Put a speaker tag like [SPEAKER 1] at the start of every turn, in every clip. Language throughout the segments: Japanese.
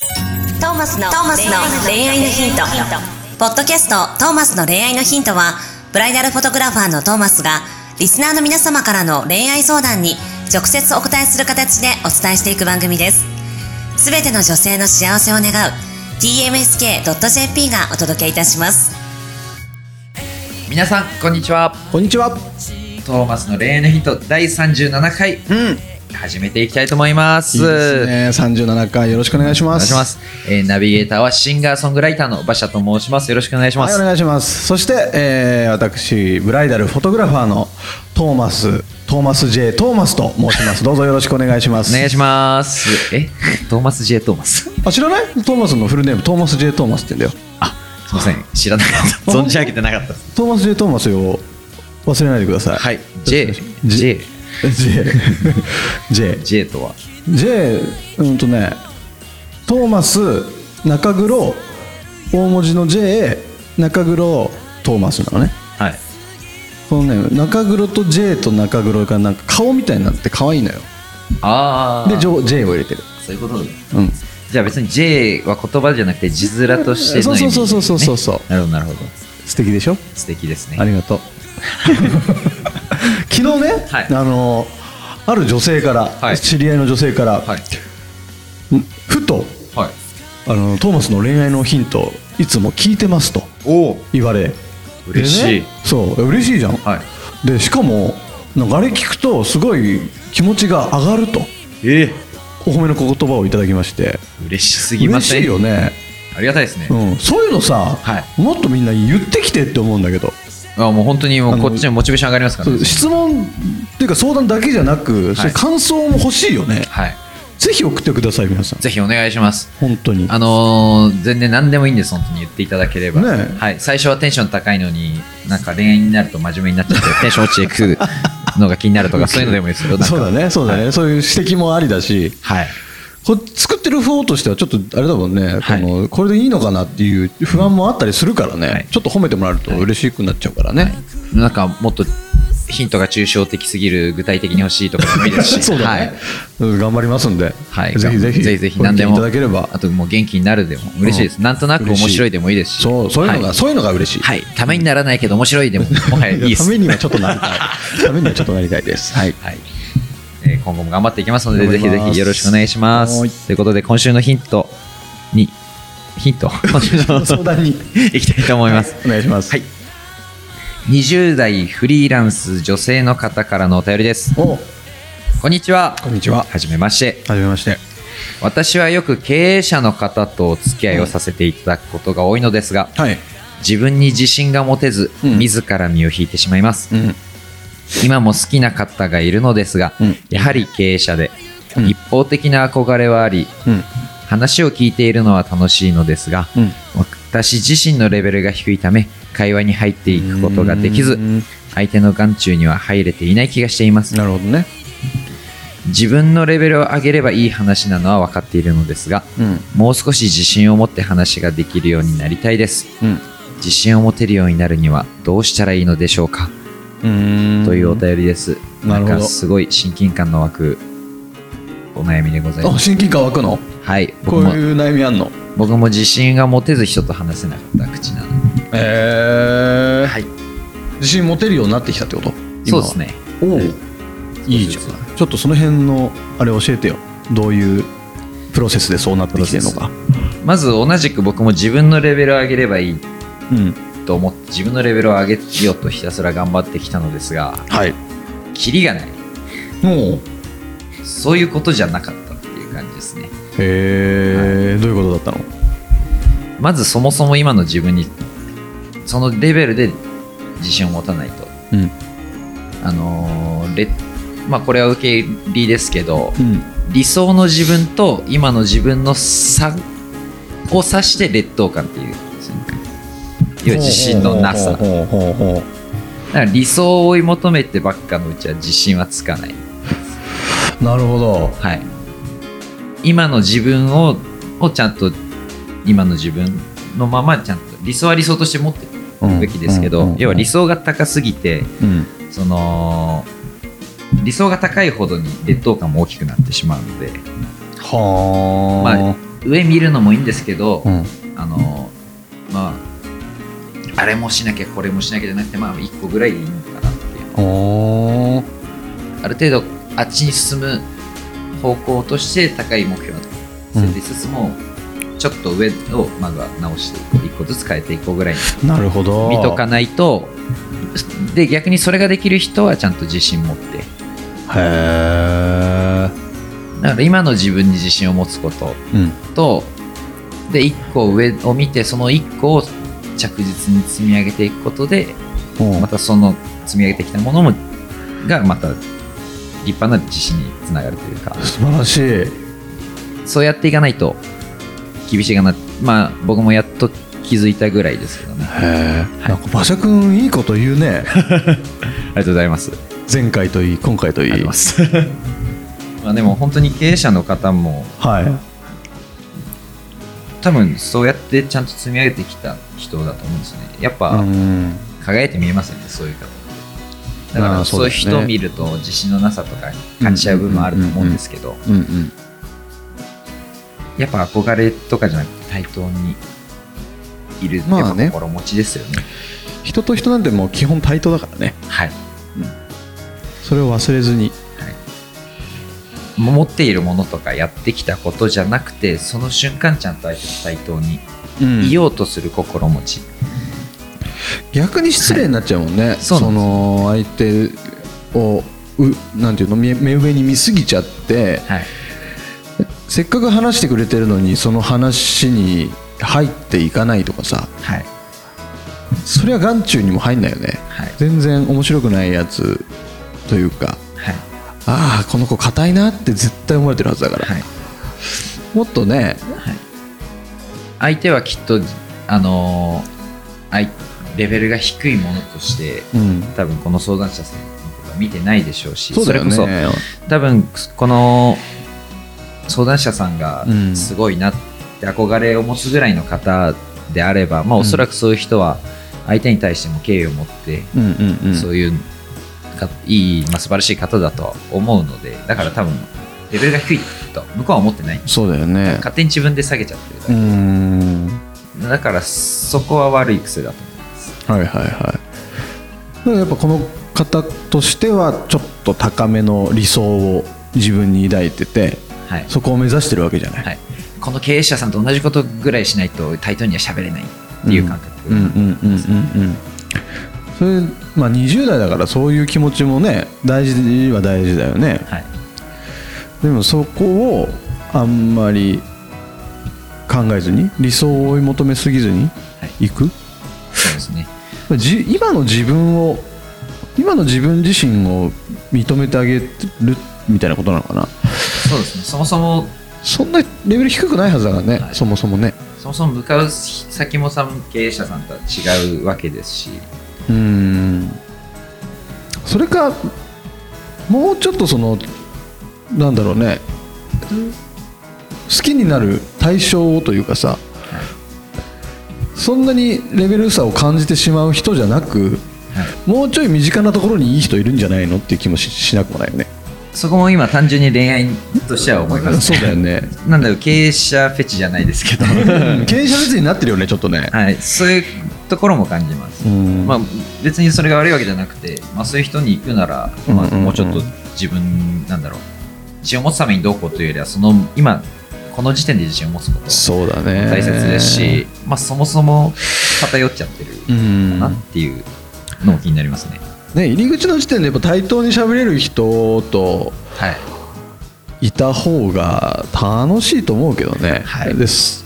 [SPEAKER 1] トーマスの恋愛のヒントポッドキャスト「トーマスの恋愛のヒントは」ブライダルフォトグラファーのトーマスがリスナーの皆様からの恋愛相談に直接お答えする形でお伝えしていく番組ですすべての女性の幸せを願う tmsk.jp がお届けいたします
[SPEAKER 2] 皆さんこんにちは
[SPEAKER 3] こんにちは。
[SPEAKER 2] トーマスの恋愛のヒント第37回
[SPEAKER 3] うん。いい
[SPEAKER 2] 始めていきたいと思います
[SPEAKER 3] ですね。三十七回よろしくお願いし
[SPEAKER 2] お
[SPEAKER 3] ま
[SPEAKER 2] 願い
[SPEAKER 3] す。
[SPEAKER 2] します、えーナビゲーターはシンガーソングライターの馬車と申しますよろしくお願いしま
[SPEAKER 3] はい、
[SPEAKER 2] す、
[SPEAKER 3] お願いします。そして、えー、私ブライダルフォトグラファーのトーマストーマス J トーマスと申します。どうぞよろしくお願いします。
[SPEAKER 2] お願いしますえトーマス J トーマス
[SPEAKER 3] あ知らない？トーマスのフルネームトーマス J トーマスって言うんだよ。
[SPEAKER 2] あすいません知らなかった 存じ上げてなかったです
[SPEAKER 3] トーマス J トーマスよ。忘れないでください。
[SPEAKER 2] はい J
[SPEAKER 3] J
[SPEAKER 2] J
[SPEAKER 3] J J
[SPEAKER 2] J とは
[SPEAKER 3] J うんとねトーマス中黒大文字の J 中黒トーマスなのね
[SPEAKER 2] はい
[SPEAKER 3] このね中黒と J と中黒がなんか顔みたいになって可愛いのよ
[SPEAKER 2] ああ
[SPEAKER 3] でジョ J を入れてる
[SPEAKER 2] そういうことで
[SPEAKER 3] うん
[SPEAKER 2] じゃあ別に J は言葉じゃなくて字面としての意味、ね、
[SPEAKER 3] そうそうそうそうそうそう
[SPEAKER 2] なるほどなるほど
[SPEAKER 3] 素敵でしょ
[SPEAKER 2] 素敵ですね
[SPEAKER 3] ありがとう 昨日ね、
[SPEAKER 2] はい
[SPEAKER 3] あのある女性から、
[SPEAKER 2] はい
[SPEAKER 3] 知り合いの女性から、
[SPEAKER 2] はい
[SPEAKER 3] んふと
[SPEAKER 2] はい
[SPEAKER 3] あのトーマスの恋愛のヒントいつも聞いてますと
[SPEAKER 2] おお
[SPEAKER 3] 言われ
[SPEAKER 2] 嬉しい
[SPEAKER 3] でねそう嬉しいじゃん、
[SPEAKER 2] は
[SPEAKER 3] でしかもなんかあれ聞くとすごい気持ちが上がると
[SPEAKER 2] ええ
[SPEAKER 3] お褒めの言葉をいただきまして
[SPEAKER 2] 嬉しすぎま
[SPEAKER 3] 嬉
[SPEAKER 2] せん
[SPEAKER 3] しいよね、
[SPEAKER 2] ありがたいですね、
[SPEAKER 3] うん、そういうのさ、
[SPEAKER 2] はい
[SPEAKER 3] もっとみんな言ってきてって思うんだけど
[SPEAKER 2] あもう本当にも
[SPEAKER 3] あ
[SPEAKER 2] う
[SPEAKER 3] の
[SPEAKER 2] こっちにモチベーション上がりますから
[SPEAKER 3] そう
[SPEAKER 2] ね
[SPEAKER 3] 質問っていうか相談だけじゃなく、そういう感想も欲しいよね
[SPEAKER 2] はい
[SPEAKER 3] ぜひ送ってください皆さん
[SPEAKER 2] ぜひお願いします
[SPEAKER 3] 本当に
[SPEAKER 2] あのー全然何でもいいんです本当に言っていただければ、
[SPEAKER 3] ねえ
[SPEAKER 2] はい、最初はテンション高いのになんか恋愛になると真面目になっちゃってテンション落ちていくのが気になるとかそういうのでもいいですよなんか
[SPEAKER 3] そうだねそうだね、そういう指摘もありだし
[SPEAKER 2] はい
[SPEAKER 3] これ作ってる方としてはちょっとあれだもんね、
[SPEAKER 2] はい
[SPEAKER 3] このこれでいいのかなっていう不安もあったりするからね、
[SPEAKER 2] はい
[SPEAKER 3] ちょっと褒めてもらえると嬉しくなっちゃうからね、
[SPEAKER 2] なんかもっとヒントが抽象的すぎる具体的に欲しいとかでもいいですし
[SPEAKER 3] そうだね、うん頑張りますんで、
[SPEAKER 2] はい、はい、
[SPEAKER 3] ぜひぜひ
[SPEAKER 2] ぜひぜひ何でも
[SPEAKER 3] ご意見いただければ
[SPEAKER 2] あともう元気になるでも嬉しいです、なんとなく面白いでもいいですし
[SPEAKER 3] そうそういうのが、
[SPEAKER 2] はい
[SPEAKER 3] そういうのが嬉しい、
[SPEAKER 2] はい、ためにならないけど面白い でももはやいい
[SPEAKER 3] いや
[SPEAKER 2] で
[SPEAKER 3] た
[SPEAKER 2] す
[SPEAKER 3] めにはちょっとなりたいためにはちょっとなりたいですはい
[SPEAKER 2] はいえー今後も頑張っていきますので、
[SPEAKER 3] 頑張
[SPEAKER 2] ぜひ
[SPEAKER 3] り
[SPEAKER 2] ぜ
[SPEAKER 3] ます
[SPEAKER 2] ひよろしくお願いしま
[SPEAKER 3] はい
[SPEAKER 2] す。ということで、今週のヒントに、ヒン ト今週の
[SPEAKER 3] 相談に
[SPEAKER 2] いきたいと思います。
[SPEAKER 3] お願いします、
[SPEAKER 2] はい20代フリーランス女性の方からのお便りです。
[SPEAKER 3] お
[SPEAKER 2] こんにちは。
[SPEAKER 3] こんにちはは
[SPEAKER 2] はじめまして。
[SPEAKER 3] じめまして
[SPEAKER 2] 私はよく経営者の方とお付き合いをさせていただくことが多いのですが、
[SPEAKER 3] はい、
[SPEAKER 2] 自分に自信が持てず、
[SPEAKER 3] うん
[SPEAKER 2] 自ら身を引いてしまいます。
[SPEAKER 3] うん、
[SPEAKER 2] 今も好きな方がいるのですが、
[SPEAKER 3] うん
[SPEAKER 2] やはり経営者で、
[SPEAKER 3] うん
[SPEAKER 2] 一方的な憧れはあり
[SPEAKER 3] うん
[SPEAKER 2] 話を聞いているのは楽しいのですが、
[SPEAKER 3] うん
[SPEAKER 2] 私自身のレベルが低いため会話に入っていくことができ
[SPEAKER 3] う
[SPEAKER 2] ず
[SPEAKER 3] ん
[SPEAKER 2] 相手の眼中には入れていない気がしています
[SPEAKER 3] なるほどね
[SPEAKER 2] 自分のレベルを上げればいい話なのは分かっているのですが
[SPEAKER 3] うん
[SPEAKER 2] もう少し自信を持って話ができるようになりたいです
[SPEAKER 3] うん
[SPEAKER 2] 自信を持てるようになるにはどうしたらいいのでしょうか
[SPEAKER 3] うん
[SPEAKER 2] というお便りです。
[SPEAKER 3] な
[SPEAKER 2] な
[SPEAKER 3] る
[SPEAKER 2] ん
[SPEAKER 3] ほど
[SPEAKER 2] かすごい親近感の湧くお悩みでございま
[SPEAKER 3] あ
[SPEAKER 2] す。
[SPEAKER 3] 親近感湧くの
[SPEAKER 2] はい、僕
[SPEAKER 3] こう
[SPEAKER 2] も
[SPEAKER 3] いう悩みあんの
[SPEAKER 2] 僕も自信が持てず人と話せなかった口なので。
[SPEAKER 3] えー
[SPEAKER 2] はい、
[SPEAKER 3] 自信持てるようになってきたってこと
[SPEAKER 2] そうですね。
[SPEAKER 3] 今はおういい
[SPEAKER 2] で
[SPEAKER 3] じゃ
[SPEAKER 2] す
[SPEAKER 3] んちょっとその辺のあれ教えてよどういうプロセスでそうなってきてるのか
[SPEAKER 2] まず同じく僕も自分のレベルを上げればいい
[SPEAKER 3] うん
[SPEAKER 2] と思って自分のレベルを上げようとひたすら頑張ってきたのですが、
[SPEAKER 3] はい
[SPEAKER 2] キリがない。
[SPEAKER 3] おう
[SPEAKER 2] そういうことじゃなかったっていう感じですね。
[SPEAKER 3] へえどういうことだったの
[SPEAKER 2] まずそもそも今の自分にそのレベルで自信を持たないと
[SPEAKER 3] うん
[SPEAKER 2] あのーレまあ、これは受け入りですけど
[SPEAKER 3] うん
[SPEAKER 2] 理想の自分と今の自分の差を指して劣等感っていう要は自信のなさだか
[SPEAKER 3] ほうほうほうほう
[SPEAKER 2] ら理想を追い求めてばっかのうちは自信はつかない、
[SPEAKER 3] なるほど
[SPEAKER 2] はい、今の自分ををちゃんと今の自分のままちゃんと理想は理想として持っていくべきですけ
[SPEAKER 3] うんうん
[SPEAKER 2] ど
[SPEAKER 3] うん
[SPEAKER 2] 要は理想が高すぎて
[SPEAKER 3] うん
[SPEAKER 2] その理想が高いほどに劣等感も大きくなってしまうので
[SPEAKER 3] はあ、
[SPEAKER 2] まあ上見るのもいいんですけど、
[SPEAKER 3] うん
[SPEAKER 2] あのまああれもしなきゃこれもしなきゃじゃなくてまあ1個ぐらいでいいのかなっていう
[SPEAKER 3] おー
[SPEAKER 2] ある程度あっちに進む方向として高い目標を設定しつつも、ちょっと上をまずは直して1個ずつ変えていこうぐらいに
[SPEAKER 3] なるほど
[SPEAKER 2] 見とかないとで逆にそれができる人はちゃんと自信持って
[SPEAKER 3] へえ
[SPEAKER 2] だから今の自分に自信を持つこと
[SPEAKER 3] うん
[SPEAKER 2] とで1個上を見てその1個を着実に積み上げていくことで
[SPEAKER 3] おう
[SPEAKER 2] またその積み上げてきたものもがまた立派な自信につながるというか
[SPEAKER 3] 素晴らしい
[SPEAKER 2] そうやっていかないと厳しいかなまあ僕もやっと気づいたぐらいですけどねあ
[SPEAKER 3] へえ、なんか馬車君いいこと言 うね
[SPEAKER 2] りがとうございますあ
[SPEAKER 3] 前回といい今回とい
[SPEAKER 2] りがとうござ
[SPEAKER 3] い
[SPEAKER 2] いますまあでも本当に経営者の方も
[SPEAKER 3] はい
[SPEAKER 2] 多分そうやってちゃんと積み上げてきた人だと思うんですねやっぱ、
[SPEAKER 3] うん
[SPEAKER 2] 輝いて見えますよねそういう方だか
[SPEAKER 3] ま
[SPEAKER 2] ら
[SPEAKER 3] あ
[SPEAKER 2] そ
[SPEAKER 3] そ
[SPEAKER 2] うういう
[SPEAKER 3] ですね
[SPEAKER 2] 人を見ると自信のなさとか感じちゃう部分もあると思うんですけど
[SPEAKER 3] うんうん
[SPEAKER 2] やっぱ憧れとかじゃなくて対等にいる、
[SPEAKER 3] まあね
[SPEAKER 2] やっぱ心持ちですよね
[SPEAKER 3] 人と人なんてもう基本対等だからね
[SPEAKER 2] はい、
[SPEAKER 3] それを忘れずに
[SPEAKER 2] はい、持っているものとかやってきたことじゃなくてその瞬間ちゃんと相手と対等にいようとする心持ち、
[SPEAKER 3] 逆に失礼になっちゃうもんね、
[SPEAKER 2] そうな
[SPEAKER 3] そ
[SPEAKER 2] んで
[SPEAKER 3] の相手をうなんていうの目目上に見すぎちゃって
[SPEAKER 2] はい
[SPEAKER 3] せっかく話してくれてるのにその話に入っていかないとかさ
[SPEAKER 2] はい
[SPEAKER 3] それは眼中にも入んないよね
[SPEAKER 2] はい
[SPEAKER 3] 全然面白くないやつというか
[SPEAKER 2] はい
[SPEAKER 3] ああこの子硬いなって絶対思われてるはずだから、
[SPEAKER 2] はい
[SPEAKER 3] もっとね
[SPEAKER 2] はい、相手はきっとあのーあいレベルが低いものとして
[SPEAKER 3] うん
[SPEAKER 2] 多分この相談者さんのことは見てないでしょうし
[SPEAKER 3] そうだよね
[SPEAKER 2] れこそ多分この相談者さんが
[SPEAKER 3] うん
[SPEAKER 2] すごいなって憧れを持つぐらいの方であれば、まあ、おそらくそういう人は相手に対しても敬意を持って、
[SPEAKER 3] うんうんうん
[SPEAKER 2] そういうかいい、まあ、素晴らしい方だとは思うのでだから多分レベルが低いと向こうは思ってない
[SPEAKER 3] そうだよね
[SPEAKER 2] 勝手に自分で下げちゃってるだけ
[SPEAKER 3] うーん
[SPEAKER 2] だからそこは悪い癖だと思います。
[SPEAKER 3] はいはいはいだからやっぱこの方としてはちょっと高めの理想を自分に抱いてて
[SPEAKER 2] はい。
[SPEAKER 3] そこを目指してるわけじゃない、
[SPEAKER 2] はい。この経営者さんと同じことぐらいしないと対等には喋れないっていう感覚。
[SPEAKER 3] うんうんうんうんうんそれまあ20代だからそういう気持ちもね大事は大事だよね
[SPEAKER 2] はい。
[SPEAKER 3] でもそこをあんまり考えずに理想を追い求めすぎずにいく、
[SPEAKER 2] そうですね。
[SPEAKER 3] じ今の自分を今の自分自身を認めてあげるみたいなことなのかな
[SPEAKER 2] そうですね。そもそも、
[SPEAKER 3] そんなレベル低くないはずだからね、
[SPEAKER 2] はい
[SPEAKER 3] そもそもね
[SPEAKER 2] そもそも向かう先もさ経営者さんとは違うわけですし、
[SPEAKER 3] うーんそれかもうちょっとそのなんだろうね好きになる対象をというかさそんなにレベル差を感じてしまう人じゃなく
[SPEAKER 2] はい。
[SPEAKER 3] もうちょい身近なところにいい人いるんじゃないのっていう気もししなくもないよね
[SPEAKER 2] そこも今単純に恋愛としては思います、
[SPEAKER 3] そうだよ。ね
[SPEAKER 2] なんだろう、経営者フェチじゃないです けど、
[SPEAKER 3] 経営者別になってるよねちょっとね、
[SPEAKER 2] はい。そういうところも感じます。
[SPEAKER 3] うん
[SPEAKER 2] まあ、別にそれが悪いわけじゃなくて、まあ、そういう人に行くなら、
[SPEAKER 3] うんうん
[SPEAKER 2] ま
[SPEAKER 3] うん
[SPEAKER 2] あ、もうちょっと自分なんだろう自信を持つためにどうこうというよりはその今この時点で自信を持つこと
[SPEAKER 3] そうだね
[SPEAKER 2] 大切ですし、まあ、そもそも偏っちゃってる
[SPEAKER 3] うん
[SPEAKER 2] なっていうのも気になりますね、
[SPEAKER 3] ね入り口の時点でやっぱ対等に喋れる人と
[SPEAKER 2] はい
[SPEAKER 3] いた方が楽しいと思うけどね、
[SPEAKER 2] はい
[SPEAKER 3] です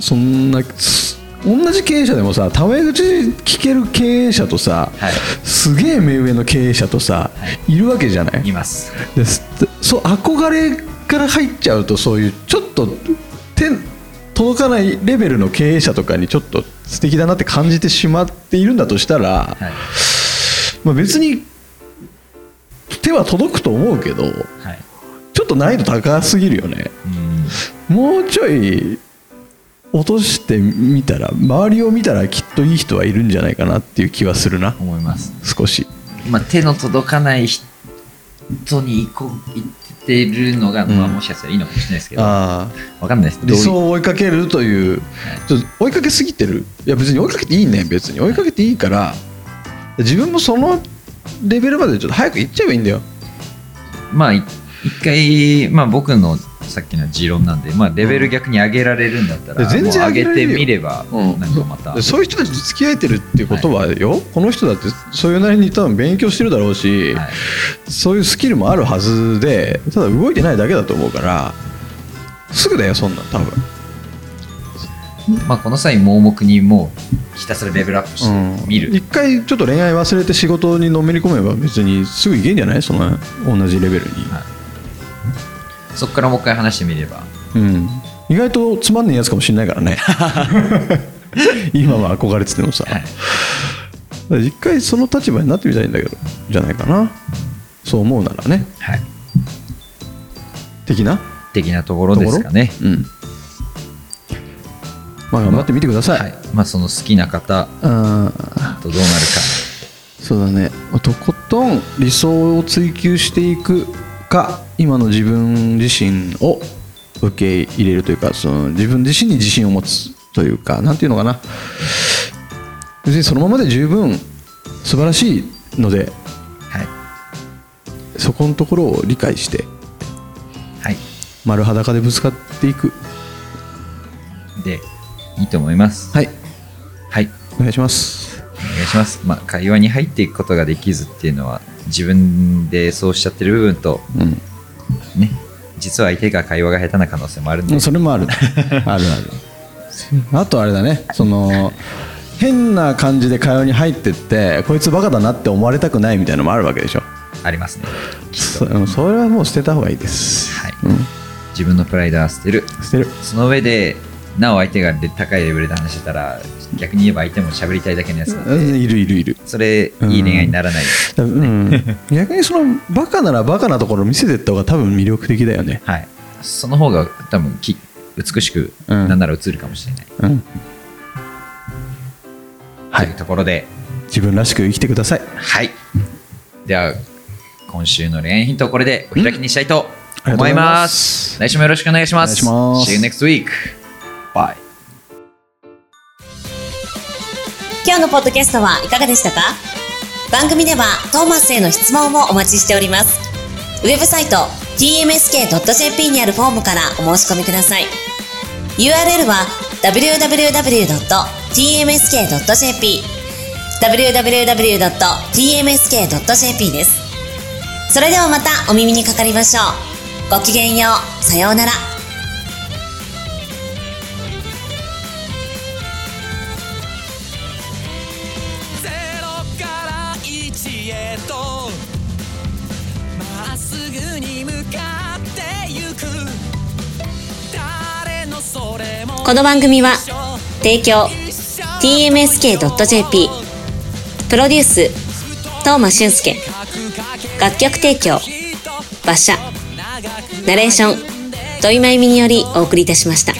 [SPEAKER 3] そんなす同じ経営者でもさタメ口聞ける経営者とさ、
[SPEAKER 2] はい
[SPEAKER 3] すげえ目上の経営者とさ、い、るわけじゃない
[SPEAKER 2] います
[SPEAKER 3] ですそう憧れから入っちゃうとそういうちょっと手届かないレベルの経営者とかにちょっと素敵だなって感じてしまっているんだとしたら、
[SPEAKER 2] はい、
[SPEAKER 3] まあ、別に手は届くと思うけど
[SPEAKER 2] はい、
[SPEAKER 3] ちょっと難易度高すぎるよね
[SPEAKER 2] うん
[SPEAKER 3] もうちょい落としてみたら周りを見たらきっといい人はいるんじゃないかなっていう気はするな
[SPEAKER 2] 思います、
[SPEAKER 3] 少し
[SPEAKER 2] まあ、手の届かない人に行こう行ってってるのが、
[SPEAKER 3] ん
[SPEAKER 2] まあ、もしかしたらいいのかもしれないですけど、わ
[SPEAKER 3] ああ
[SPEAKER 2] かんないです。どう
[SPEAKER 3] 理
[SPEAKER 2] いう
[SPEAKER 3] 想を追いかけるというちょっと追いかけすぎてるいや別に追いかけていいね別に追いかけていいから自分もそのレベルまでちょっと早く行っちゃえばいいんだよ
[SPEAKER 2] まあ、い一回、まあ、僕のさっきの持論なんで、まあ、レベル逆に上げられるんだったら、
[SPEAKER 3] うん全然
[SPEAKER 2] もう上げ
[SPEAKER 3] 上げられ
[SPEAKER 2] て
[SPEAKER 3] るよ
[SPEAKER 2] みれば、
[SPEAKER 3] うん
[SPEAKER 2] なんかまた
[SPEAKER 3] で、そういう人たちと付き合えてるっていうことはよ、この人だってそれなりに多分勉強してるだろうし、
[SPEAKER 2] はい
[SPEAKER 3] そういうスキルもあるはずでただ動いてないだけだと思うからすぐだよそんなん多分、
[SPEAKER 2] まあ、この際、盲目にもうひたすらレベルアップしてみる、
[SPEAKER 3] 一回ちょっと恋愛忘れて仕事にのめり込めば別にすぐいけんじゃないその同じレベルに、
[SPEAKER 2] はいそこからもう一回話してみれば、
[SPEAKER 3] うん、意外とつまんねえやつかもしれな いからね今は憧れててもさ、
[SPEAKER 2] はい
[SPEAKER 3] だから一回その立場になってみたいんだけどじゃないかなそう思うならね
[SPEAKER 2] はい、
[SPEAKER 3] 的な
[SPEAKER 2] 的なところですかね。
[SPEAKER 3] うんまあ頑張ってみてください、
[SPEAKER 2] はいまあ、その好きな方
[SPEAKER 3] あー
[SPEAKER 2] とどうなる
[SPEAKER 3] そうだねとことん理想を追求していくか今の自分自身を受け入れるというかその自分自身に自信を持つというかなんていうのかな別にそのままで十分素晴らしいので
[SPEAKER 2] か、は
[SPEAKER 3] そこのところを理解して
[SPEAKER 2] いはい、
[SPEAKER 3] 丸裸でぶつかっていく
[SPEAKER 2] でいいと思います。
[SPEAKER 3] はい
[SPEAKER 2] はい
[SPEAKER 3] お願いします
[SPEAKER 2] お願いします、まあ、会話に入っていくことができずっていうのは自分でそうしちゃってる部分と
[SPEAKER 3] うん
[SPEAKER 2] ね実は相手が会話が下手な可能性もあるんで、
[SPEAKER 3] うんそれ もあるあるあるあとあれだねその変な感じで会話に入ってってこいつバカだなって思われたくないみたいなのもあるわけでしょ
[SPEAKER 2] ありますね
[SPEAKER 3] そうんそれはもう捨てた方がいいです
[SPEAKER 2] はい
[SPEAKER 3] うん
[SPEAKER 2] 自分のプライドは捨てる
[SPEAKER 3] 捨てる
[SPEAKER 2] その上でなお相手がレ高いレベルで話してたら逆に言えば相手も喋りたいだけのやつなんで
[SPEAKER 3] うんいるいるいる
[SPEAKER 2] それい
[SPEAKER 3] うん
[SPEAKER 2] い恋愛にならない
[SPEAKER 3] うん、逆にそのバカならバカなところを見せてった方が多分魅力的だよね、
[SPEAKER 2] はいその方が多分き美しく
[SPEAKER 3] うん
[SPEAKER 2] なんなら映るかもしれない、
[SPEAKER 3] うん、はい
[SPEAKER 2] というところで
[SPEAKER 3] 自分らしく生きてください
[SPEAKER 2] はい。では、今週の恋愛ヒントをこれでお開きにしたいと
[SPEAKER 3] うん
[SPEAKER 2] 思います。来週もよろしくお願いします。
[SPEAKER 3] お願いします
[SPEAKER 2] See you next week. Bye.
[SPEAKER 1] 今日のポッドキャストはいかがでしたか番組ではトーマスへの質問もお待ちしております。ウェブサイト tmsk.jp にあるフォームからお申し込みください。URL は www.tmsk.jp www.tmsk.jp です。それではまたお耳にかかりましょう。ごきげんよう。さようなら。
[SPEAKER 4] ゼロから一へとまっすぐに向かってゆく誰のそれも
[SPEAKER 1] この番組は
[SPEAKER 4] 一緒
[SPEAKER 1] 提供 TMSK.jp プロデュース東間俊介楽曲提供馬車ナレーション土井真由美によりお送りいたしました。